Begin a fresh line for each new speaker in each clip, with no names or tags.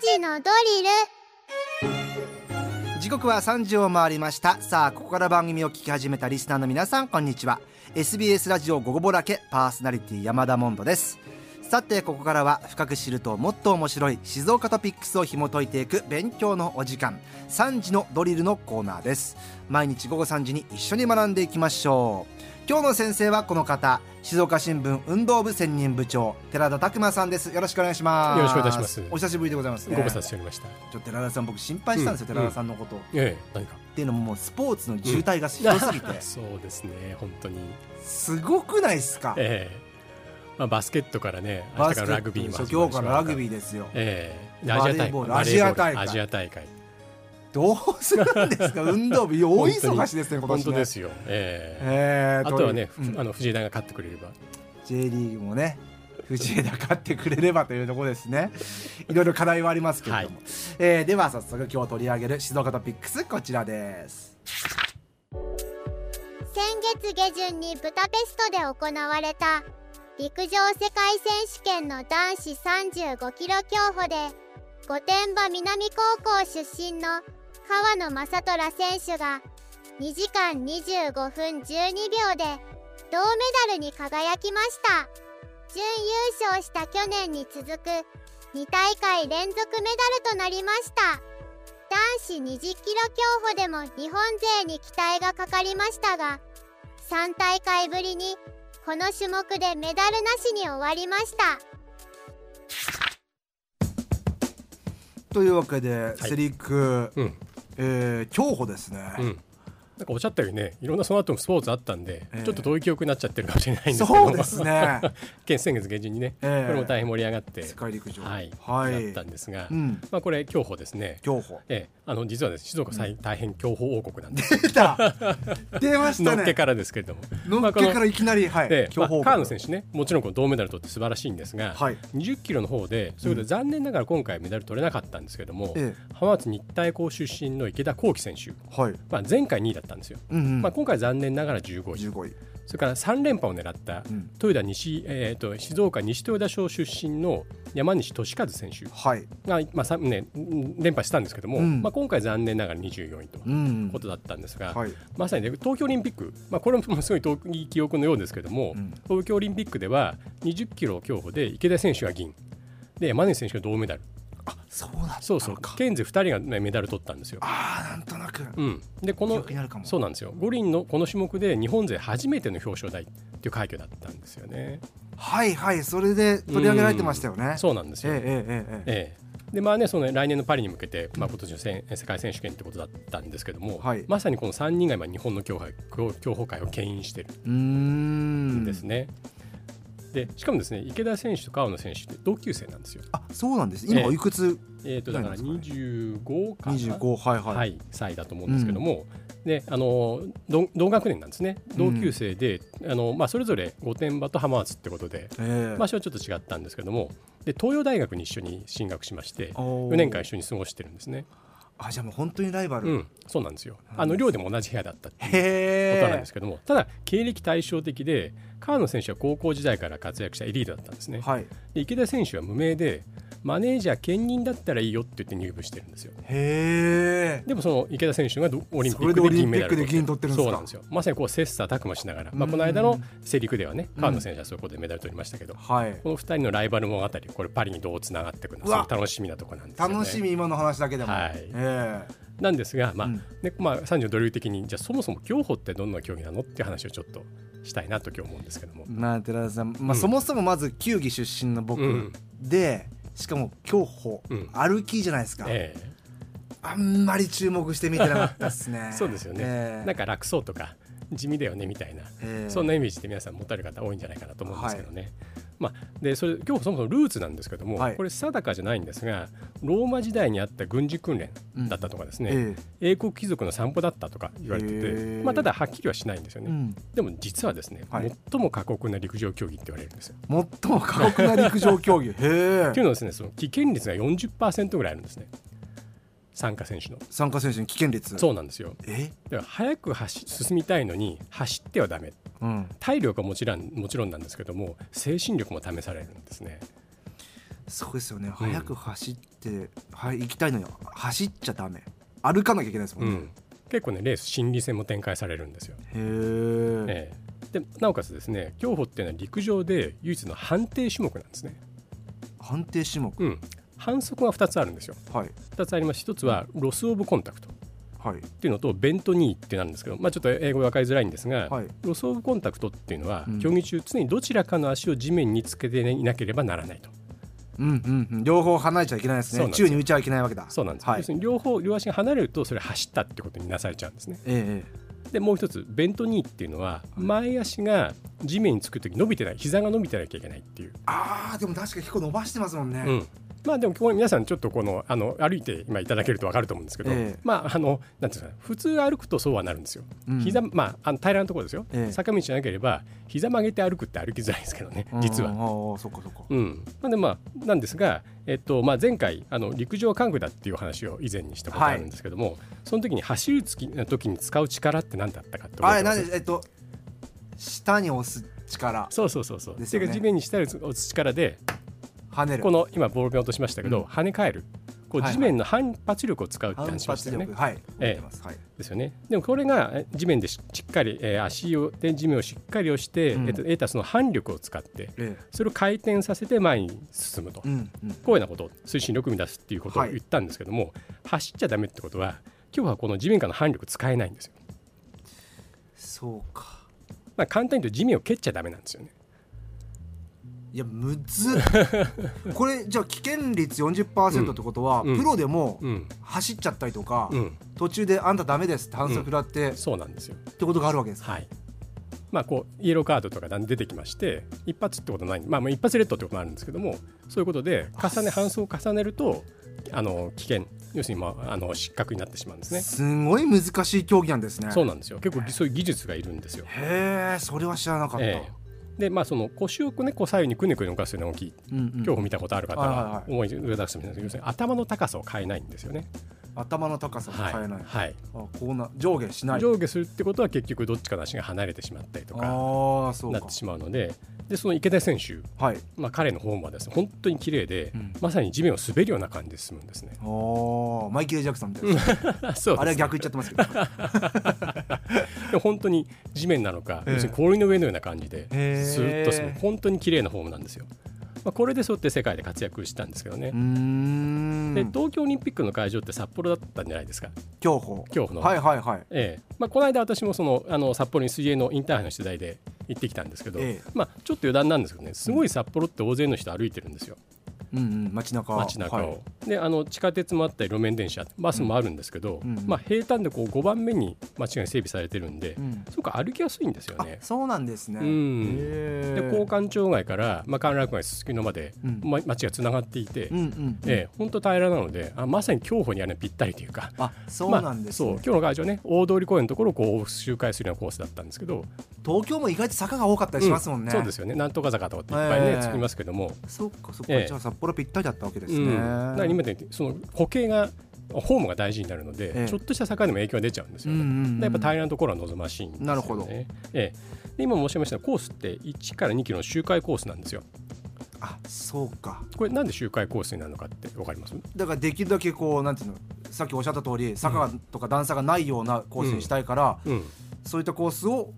時のドリル
時刻は3時を回りましたさあここから番組を聞き始めたリスナーの皆さんこんにちは SBS ラジオ「午後ぼらけ」パーソナリティ山田モンドですさてここからは深く知るともっと面白い静岡トピックスを紐解いていく勉強のお時間3時のドリルのコーナーです毎日午後3時に一緒に学んでいきましょう今日の先生はこの方静岡新聞運動部専任部長寺田拓磨さんですよろしくお願いします
よろしくお願いします
お久しぶりでございますね
ご無沙汰しておりました。
ちょっと寺田さん僕心配したんですよ、
うん
寺田さんのことを、っ
ええ、何か。
ていうのももうスポーツの渋滞がひどすぎて、
そうですね、本当に。
すごくないですか
ええ。まあ、バスケットからね、明日からラグビーも
バスケット今日からラグ
ー。
ビーですよ
ええ。で
バ
アジ
レ
ア
ー
大
ボール
会。バレーボー
ア
ルア
ジ
ジア大会。
どうするんです か運動部大忙しですね今
本
年
当
ね
ですよ。え
え
え。
ー
あとはね、
う
ふあ
ん、
の藤枝が勝ってくれれば。
J リーグもね藤枝勝ってくれればというところですね いろいろ課題はありますけれども、
は
えーでは早速今日取り上げる静岡トピックスこちらです
先月下旬にブタペストで行われた陸上世界選手権の男子35キロ競歩で御殿場南高校出身の川野正虎選手が2時間25分12秒で銅メダルに輝きました準優勝した去年に続く2大会連続メダルとなりました男子20キロ競歩でも日本勢に期待がかかりましたが3大会ぶりにこの種目でメダルなしに終わりました
というわけで、
い
セリク、
うん。
えー、競歩ですね、
うん。なんかおっしゃったようにね、いろんなその後もスポーツあったんで、
ええ
ちょっと遠い記憶になっちゃってるかもしれないんですけど。
そうです。 ね
先月下旬にね、こ
ええ
れも大変盛り上がって。
世界陸上
はい。
は
だ
い
ったんですが
う。ん
まあ、これ競歩ですね。
競歩
ええ、あの実はですね静岡最大変競歩王国なんです、
出た出ました
のっけ
ね
からですけれども、
のっけからいきなりは
まあこのえ
い
え
競歩
まあ川野選手ね、もちろんこの銅メダル取って素晴らしいんですが、
はい
20キロの方で、そういうことで残念ながら今回メダル取れなかったんですけれども、
え
浜松日体高出身の池田光輝選手、
えはい
まあ、前回2位だったんですよ、
うんうん
まあ、今回残念ながら15位、
15位
それから3連覇を狙った
うん
豊田西、えー、と静岡西豊田省出身の山西利和選手
はい
が、まあさね、連覇したんですけども、
うん
まあ、今回残念ながら24位と。
うん
ことだったんですが、
はい
まさにね東京オリンピック、まあ、これもすごい遠い記憶のようですけれども、
うん
東京オリンピックでは20キロ競歩で池田選手が銀で山根選手が銅メダル
そうだったのか
そうそうケンゼ2人が、ね、メダル取ったんですよ。
ああなんとなく
うん、でこ
記
の
憶にあるかも
そうなんですよ五輪のこの種目で日本勢初めての表彰台っていう快挙だったんですよね。
はいはいそれで取り上げられてましたよね
そうなんです
え
よ、
えええええ
ええでまあね、その来年のパリに向けて、まあ今年のせん世界選手権ってことだったんですけども、
はい
まさにこの3人が今、日本の競歩競競歩界を牽引してる
うーん
ですね。でしかもですね池田選手と川野選手って同級生なんですよ。
あそうなんです今おいくつ
えー、とだから
そうなんで
25かな
25はいはい、
はい、歳だと思うんですけども、であの同同学年なんですね同級生で、あのまあ、それぞれ御殿場と浜松ってことで
ええ
場所はちょっと違ったんですけどもで東洋大学に一緒に進学しまして
おー
4年間一緒に過ごしてるんですね。
あじゃあもう本当にライバル、
うん、そうなんですよあの寮でも同じ部屋だったっていう
へえ
ことなんですけども、ただ経歴対照的で川野選手は高校時代から活躍したエリートだったんですね。
はい
で池田選手は無名でマネージャー兼任だったらいいよって言って入部してるんですよ
へえ
でもその池田選手がどオリンピッ
それで
ク
オ
で
リ
銀
ンピ
メ
ッ
ダ
ク
ル
で
を
銀取ってるんですか
そうなんですよまさにこう切磋琢磨しながら、ま
う
あ、
ん
この間のセリクではね川野選手はそういうことでメダル取りましたけど、
はい
この2人のライバル物語これパリにどうつながっていくのか
うわ
すごい楽しみなとこなんですよね
楽しみ今の話だけでも、
はい
ええ
なんですが、まあ
うん
ねまあ、30ドリル的にじゃあそもそも競歩ってどんな競技なのっていう話をちょっとしたいなと今日思うんですけども、
まあ寺田さん、まあ
うん
そもそもまず球技出身の僕
うん
で、しかも競歩、
うん
歩きじゃないですか、
ええ
あんまり注目して見てなかったですね
そうですよね、
ええ
なんか楽そうとか地味だよねみたいな、
ええ
そんなイメージで皆さん持たれる方多いんじゃないかなと思うんですけどね。まあ、でそれ今日そもそもルーツなんですけども、
はい
これ定かじゃないんですがローマ時代にあった軍事訓練だったとかですね、
え
英国貴族の散歩だったとか言われて
へ
て、
え
まあ、ただはっきりはしないんですよ
え
ね、
うん、
でも実はですね、
はい
最も過酷な陸上競技って言われるんですよ。
最も過酷な陸上 競技へえ
というのはですねその危険率が40%ぐらいあるんですね参加選手の。
参加選手に危険率
そうなんですよ
え
だから早く走進みたいのに走ってはダメ
うん
体力はもちろんもちろんなんですけども精神力も試されるんですね。
そうですよね早く走って、はい、行きたいのに走っちゃダメ歩かなきゃいけないですも
うん
ね、
ん、結構ねレース心理戦も展開されるんですよ。
へえ、
ええでなおかつですね競歩っていうのは陸上で唯一の判定種目なんですね。
判定種目
うん、反則が2つあるんですよ。
はい
2つあります1つはロス・オブ・コンタクトっ
はい
ていうのとベント・ニーってなるんですけど、まあ、ちょっと英語が分かりづらいんですが、
はい
ロス・オブ・コンタクトっていうのは、
うん
競技中常にどちらかの足を地面につけていなければならないと。
うんうんうん両方離れちゃいけないです
そう
ね
なんです
宙に浮いちゃいけないわけだ
そうなんです、
はい
要するに両方両足が離れるとそれ走ったってことになされちゃうんですね。
ええ
でもう一つベントニーっていうのは前足が地面につく時伸びてない膝が伸びてなきゃいけないっていう、
あーでも確かに結構伸ばしてますもんね、
うんまあでもここに皆さんちょっとこのあの歩いて今いただけると分かると思うんですけど、
ええ
まああのなんていうんですかね普通歩くとそうはなるんですよ。
うん
膝まああの平らなところですよ、
ええ
坂道じゃなければ膝曲げて歩くって歩きづらいですけどね実は
うん。ああそっかそっか、
うん、なんでまあなんですが、えっとまあ、前回あの陸上玩具だっていう話を以前にしたことあるんですけども、その時に走るつき時に使う力って何だったかって覚
あれ
えてま
な
す
んでえっと下に押す力
そうそうそうそう。
です
て
よね
いうか地面にしたり打つ力で
跳ねる
この今ボールペン落としましたけど、
うん
跳ね返るこう
はいはい
地面の反発力を使うって
反
話しまし
発
たよ
力、
ね。
はい
ええ
出てます、はい
ですよね。でもこれがえ地面でししっかり、えー足をで地面をしっかり押して、
うん
えっと得たその反力を使って
え
それを回転させて前に進むと。
えうんうん
こういうようなことを推進力を生み出すっていうことを
はい
言ったんですけども、走っちゃダメってことは今日はこの地面からの反力使えないんですよ。
そうか
まあ、簡単に言うと地面を蹴っちゃダメなんですよね。
いやむ ずっこれじゃあ危険率40%ってことは、
うん
プロでも
うん、
走っちゃったりとか、
うん、
途中であんたダメですって反則食らって、って
そうなんですよ。
ことがあるわけですか、
はい。まあこうイエローカードとかだん出てきまして一発ってことはない、まあ、まあ一発レッドってこともあるんですけどもそういうことで重ね反則を重ねるとあの危険要するに、まあ、あの失格になってしまうんですね。
すごい難しい競技なんですね
そうなんですよ結構そういう技術がいるんですよ。
へえそれは知らなかった、
ええ、でまあその腰をねこう左右にくねくね動かすような動き
うんうん
競歩見たことある方
はいはいは
はい思い出すと思うんですけど要するに頭の高さを変えないんですよね。
頭の高さが変えない、
はい
あこうな上下しない
上下するってことは結局どっちかの足が離れてしまったりとか
ああそう
な
か
ってしまうのででその池田選手、
はい
まあ、彼のフォームはですね本当に綺麗で、
うん
まさに地面を滑るような感じで進むんで すね。
ああマイケル・ジャクソンみたいな、
そう
あれ
で
は
す
逆
ね
言っちゃって ますけどへ
で本当に地面なのか、
ええ
要するに氷の上のような感じで
へえ
スーッと進む本当に綺麗なフォームなんですよ。まあ、これでそうやって世界で活躍したんですけどね
うー。ん
で東京オリンピックの会場って札幌だったんじゃないですか
競歩
競歩の。
はいはいはい
ええまあ、この間私もそのあの札幌に水泳のインターハイの取材で行ってきたんですけど、
ええ
まあ、ちょっと余談なんですけどねすごい札幌って大勢の人歩いてるんですよ
うんうん街中
街中を、
はい
であの地下鉄もあったり路面電車バスもあるんですけど、
うんうん
まあ、平坦でこう5番目に街が整備されてるんで、
うん
すごく歩きやすいんですよ
あ
ね。
そうなんですね
うん
へえ
で交換町街から、まあ、観楽街すすきのまで、
うん
ま、街がつながっていて、
うんうんうん
ええ本当平らなのであまさに競歩にあるのぴったりというか。
あそうなんですね
まあ、そう今日の会場ね大通り公園のところをこう往復周回するようなコースだったんですけど、
東京も意外と坂が多かったりしますもんね、
そうですよねなんとか坂とかっていっぱいね、
ええ
作りますけども、
そっかそっか、
ええ
じゃあ札幌ぴったりだったわけですね、
うん、だから今でその固形がホームが大事になるの
え
で、
え
ちょっとした坂にも影響が出ちゃうんです
う
よ
んう
ね、
んうん
だからやっぱ平らなところは望ましいんですよ、ね、
なるほど
ええで今申し上げましたコースって1から2キロの周回コースなんですよ
あそうか
これなんで周回コースになるのかってわかります
だからできるだけこうなんていうのさっきおっしゃった通り坂がとか段差がないようなコースにしたいから、
うん、
そういったコースを、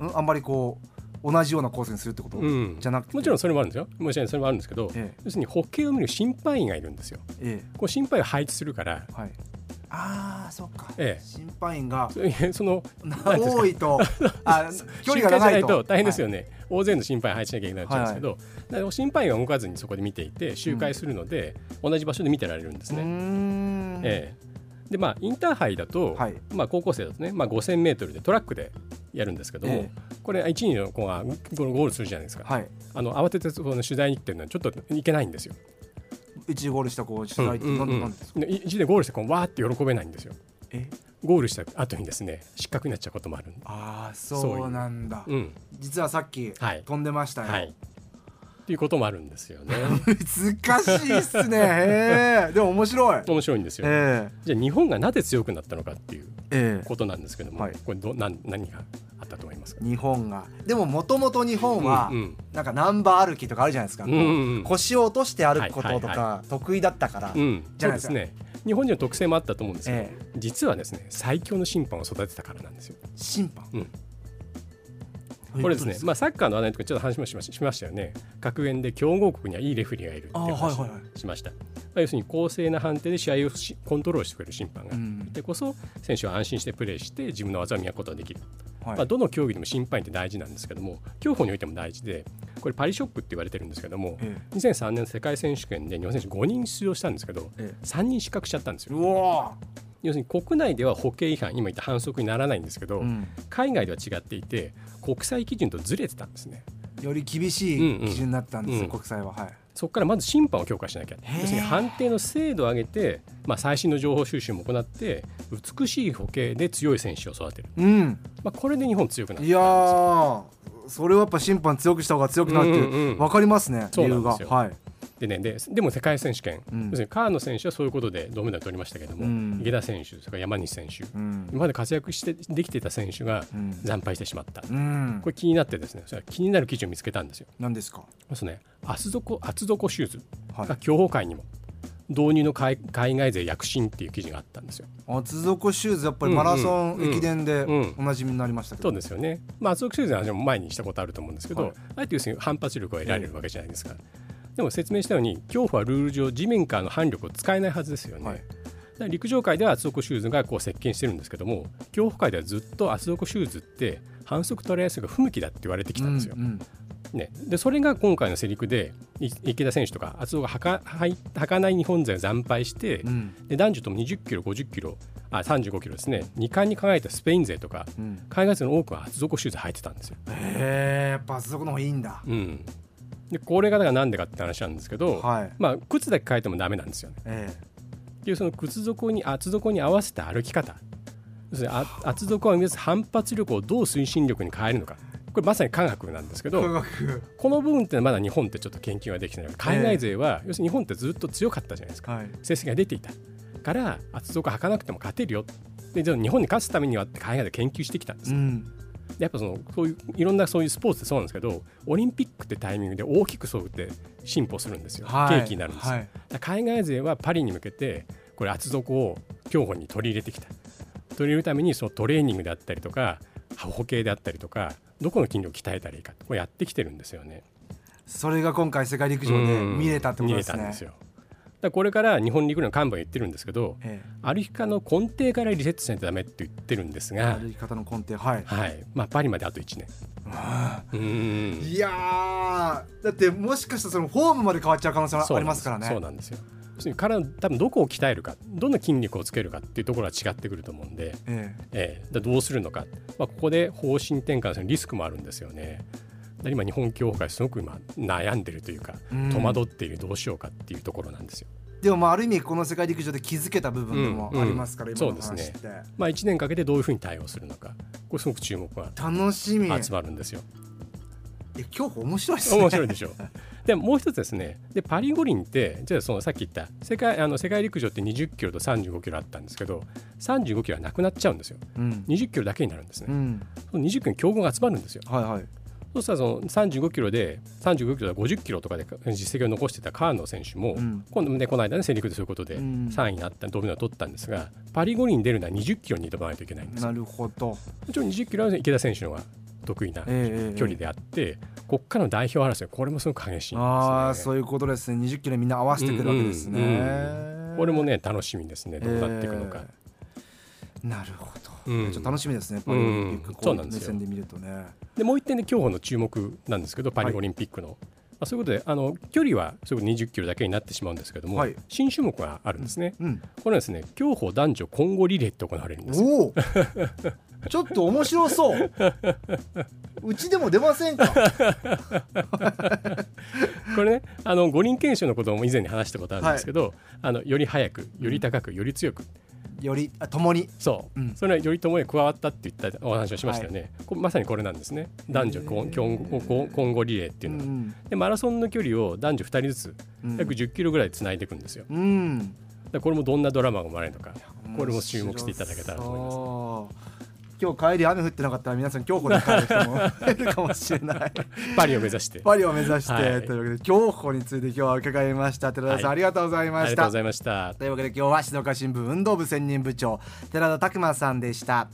うん、あんまりこう同じようなコースにするってこと、
うん、
じゃなくて
もちろんそれもあるんですよもちろんそれもあるんですけど、
ええ
要するに補形を見る審判員がいるんですよ
え
こう審判員を配置するから
えはいああそっか、
ええ
審判員が
それそのなんですか
多い とあ距離が
周回じゃ
長
ないい
と
と大変ですよね、大勢の審判員配置しなきゃいけないんですけど、だから審判員は動かずにそこで見ていて周回するので、同じ場所で見てられるんです
はい、うー
ね。
ん
ええでまあインターハイだと、
はい
まあ、高校生だとね、まあ、5,000m でトラックでやるんですけども、
え
これ1位の子がゴゴールするじゃないですか、
はい
あの慌ててその取材に行ってるのはちょっといけないんですよ。
1ゴールしたこう取材って
うん
何
うんうん
なんですか
で一時でゴールしてこうわーって喜べないんですよ。
え
ゴールした後にですね失格になっちゃうこともあるんで。
ああ
そういう
そうなんだ
うん
実はさっき
はい
飛んでましたよ、
はいっていうこともあるんですよね。
難しいっすねへえでも面白い
面白いんですよ。
え
じゃあ日本がなぜ強くなったのかっていう
えええ
ことなんですけども、
はい
これどなん何があったと思いますか
日本がでももともと日本は、
うんうん
なんかナンバー歩きとかあるじゃないですか、
うんうんうん
腰を落として歩くこととか、
はいは
得意だったから、
うん、
じゃ
そう
ない
で
ですか
すね日本人の特性もあったと思うんですけど、
え
実はですね最強の審判を育てたからなんですよ。
審判、
うん
どういうと
これですね、まあ、サッカーの話題とかちょっと話もしまししましたよね格言で強豪国にはいいレフェリーがいるっていう
あー
話
は
を
いはいは
しました、まあ、要するに公正な判定で試合をしコントロールしてくれる審判が
う
い
ん
てこそ選手は安心してプレーして自分の技を磨くことができる、
はい
まあ、どの競技でも審判員って大事なんですけども競歩においても大事でこれパリショックって言われてるんですけども、
ええ
2003年の世界選手権で日本選手5人出場したんですけど、
ええ
3人失格しちゃったんですよ
うわ
要するに国内では歩型違反今言った反則にならないんですけど、
ー、うん、
海外では違っていて国際基準とずれてたんですね
より厳しい
うんうん
基準になったんですよ、
うん
国際ははい
そこからまず審判を強化しなきゃ
へー
要するに判定の精度を上げて、まあ、最新の情報収集も行って美しい歩型で強い選手を育てる、
うん
まあ、これで日本強くなった
いやーそれはやっぱ審判強くした方が強くなるって、
うんうんうん
分かりますね理
そうな
由
んで
が
すよ
はい
でねででも世界選手権、
うん
要するに川野選手はそういうことで銅メダル取りましたけども、
うん
池田選手それから山西選手、
うん
今まで活躍してできていた選手が
うん
惨敗してしまった、
うん
これ気になってですねそれは気になる記事を見つけたんですよ。
何ですか
まずね厚底厚底シューズ
はい
が競歩界にも導入の海海外勢躍進っていう記事があったんですよ。
厚底シューズやっぱりマラソ
うんう
ン
ん
駅伝で
うん
おなじみになりましたけど、
そうですよね、まあ、圧力修正の話も前にしたことあると思うんですけど、
はい
あえて要するに反発力を得られるわけじゃないですか、でも説明したように競歩はルール上地面からの反力を使えないはずですよね、
はい
だから陸上界では厚底シューズがこう席巻してるんですけども競歩界ではずっと厚底シューズって反則トライアスが不向きだって言われてきたんですよ、
うんうん
ね、でそれが今回のセリクでい池田選手とか厚底がはかはいはかない日本勢が惨敗して、
うん
で男女とも20キロ50キロあ35キロですね2冠に輝いたスペイン勢とか
うん
海外勢の多くは厚底シューズ履いてたんですよ。
へえやっぱ厚底の方がいいんだ、
うん、でこれがだからなんでかって話なんですけど、
はい
まあ、靴だけ変えてもダメなんですよね。
え
っていうその靴底に厚底に合わせた歩き方要するにあ厚底を生み出す反発力をどう推進力に変えるのかこれまさに科学なんですけ
え科
ど
学
この部分ってまだ日本ってちょっと研究ができてない海外勢は、要するに日本ってずっと強かったじゃないですか
はい
成績が出ていたから厚底履かなくても勝てるよでじゃあ日本に勝つためにはって海外で研究してきたんですよ
うん
でやっぱそのそういういろんなそういうスポーツってそうなんですけどオリンピックってタイミングで大きくそうって進歩するんですよ、
はい
契機になるんですよ、
はい
だから海外勢はパリに向けてこれ厚底を競歩に取り入れてきた取り入れるためにそのトレーニングであったりとか歩型であったりとかどこの筋力を鍛えたらいいかこれやってきてるんですよね。
それが今回世界陸上で
うん
見れたってことです
見れたん
ね
ですよだからこれから日本陸連の幹部が言ってるんですけど
ええ
歩き方の根底からリセットしないとダメって言ってるんですが
歩、き方の根底はい
はいまあ、パリまであと1年。うん
いやーだってもしかしたらそのフォームまで変わっちゃう可能性
そ
も
う
ありますから
そう
ね
なんですよ。要するに体の多分どこを鍛えるか、どんな筋肉をつけるかっていうところは違ってくると思うんで、
ええ
ええだからどうするのか、まあ、ここで方針転換するリスクもあるんですよね。だから今日本協会すごく今悩んでるというか
うん
戸惑っているどうしようかっていうところなんですよ。
でもまあある意味この世界陸上で気づけた部分でもありますから、
うん
今の
そうで
話
す
っ
ね
て、
まあ、1年かけてどういうふうに対応するのかこれすごく注目が
楽しみいや
集まるんですよ。
競歩面白いですね
面白いでしょ。でもう一つですねでパリ五輪ってじゃあそのさっき言った世界あの世界陸上って20キロと35キロあったんですけど35キロはなくなっちゃうんですよ。
うん、
20キロだけになるんです
う
ね。
ん、
その20キロに競合が集まるんですよ。
はいはい
そうしたらその35キロで35キロとか50キロとかで実績を残してた川野選手も、
うん
今度ねこの間ねセリクでそういうことで
うん
3位になった銅メダルを取ったんですがパリ五輪に出るのは20キロに挑まないといけないんですよ。
なるほど、
もちろん20キロは池田選手の方が得意な
ええええ
距離であって、こっからの代表争いこれもすごく激しいんですよね。
ああそういうことですね20キロみんな合わせてくるわけですね、
うんうんうんこれもね楽しみですねどうなっていくのか、
なるほど、
うん
ちょっと楽しみですねパリオリンピック、
うん
こうい
そううなん
目
ですよ
線で見るとね
でもう一点で競歩の注目なんですけどパリオリンピックの、まあ、そういうことであの距離はそれこそ20キロだけになってしまうんですけども、
はい
新種目があるんですね、
うん
これはですね競歩男女混合リレーって行われるんですよ
おおちょっと面白そううちでも出ませんか
これねあの五輪憲章のことも以前に話したことあるんですけど、あのより速くより高くより強く
よりあ共に
そう、
うん
それは頼朝へ加わったって言ったお話をしましたよね、こまさにこれなんですね男女混混混混合リレーっていうのは、
ん
でマラソンの距離を男女2人ずつ
うん
約1 0キロぐらいでつないでいくんですよ、
うん
だからこれもどんなドラマが生まれるのかこれも注目していただけたらと思います
ます今日帰り雨降ってなかったら皆さん競歩で帰る人もいるかもしれ ない
パリを目指して
パリを目指して、
はい
というわけで競歩について今日は伺いました寺田さん、
はい
ありがとうござい
あ
まし
りがとう
た
ございました
というわけで今日は静岡新聞運動部専任部長寺田拓馬さんでした、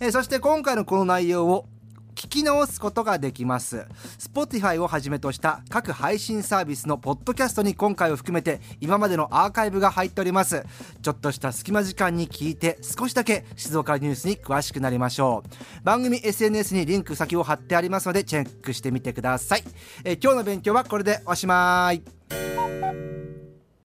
えーそして今回のこの内容を聞き直すことができます Spotify をはじめとした各配信サービスのポッドキャストに今回を含めて今までのアーカイブが入っておりますちょっとした隙間時間に聞いて少しだけ静岡ニュースに詳しくなりましょう番組 SNS にリンク先を貼ってありますのでチェックしてみてください、えー今日の勉強はこれでおしまい